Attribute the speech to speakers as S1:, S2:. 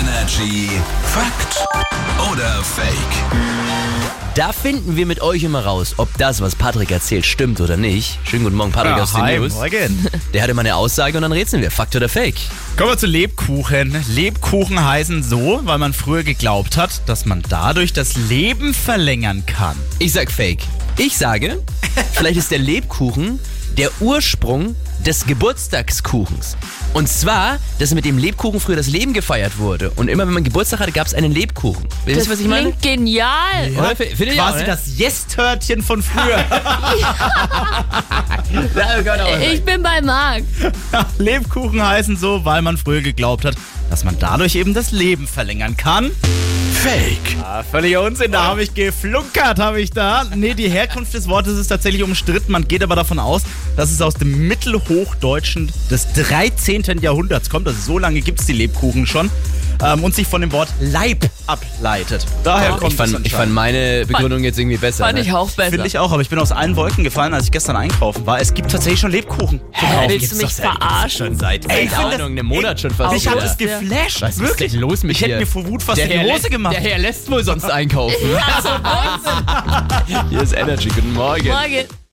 S1: Energy Fakt oder Fake?
S2: Da finden wir mit euch immer raus, ob das, was Patrick erzählt, stimmt oder nicht. Schönen guten Morgen, Patrick aus den
S3: hi,
S2: News.
S3: morgen.
S2: Der hatte mal eine Aussage und dann rätseln wir. Fakt oder Fake?
S3: Kommen wir zu Lebkuchen. Lebkuchen heißen so, weil man früher geglaubt hat, dass man dadurch das Leben verlängern kann.
S2: Ich sag Fake. Ich sage, vielleicht ist der Lebkuchen der Ursprung des Geburtstagskuchens. Und zwar, dass mit dem Lebkuchen früher das Leben gefeiert wurde. Und immer wenn man Geburtstag hatte, gab es einen Lebkuchen. Wisst ihr, was ich meine?
S4: klingt genial.
S2: Oder? F- Findet ihr auch,
S3: Quasi
S2: ne?
S3: das Yes-Törtchen von früher.
S2: Ja, genau. gehört auch.
S4: Ich bin bei Marc.
S3: Lebkuchen heißen so, weil man früher geglaubt hat, dass man dadurch eben das Leben verlängern kann.
S1: Fake.
S3: Ah, völliger Unsinn, da habe ich geflunkert, habe ich da. Nee, die Herkunft des Wortes ist tatsächlich umstritten. Man geht aber davon aus, dass es aus dem Mittelhochdeutschen des 13. Jahrhunderts kommt. Also so lange gibt es die Lebkuchen schon. Ähm, und sich von dem Wort Leib ableitet. Daher kommt
S2: Ich fand,
S3: es
S2: ich fand meine Begründung jetzt irgendwie besser.
S4: Fand
S2: ne?
S4: ich auch besser.
S3: Finde ich auch, aber ich bin aus allen Wolken gefallen, als ich gestern einkaufen war. Es gibt tatsächlich schon Lebkuchen. zu kaufen.
S4: Willst du mich
S2: Gibt's doch seit-
S4: verarschen?
S2: Schon seit
S3: Ey,
S2: keine
S3: ich finde
S2: Ahnung,
S3: das-
S2: einem Monat schon fast.
S3: Mich hat
S2: wieder.
S3: es geflasht.
S2: Was ist
S3: wirklich.
S2: denn los mit
S3: ich hätte
S2: dir?
S3: mir vor Wut fast
S2: der
S3: in die
S2: Herr
S3: Hose
S2: lässt-
S3: gemacht.
S2: Der Herr lässt wohl sonst einkaufen.
S4: Also,
S2: Hier ist Energy. Guten Morgen.
S4: morgen.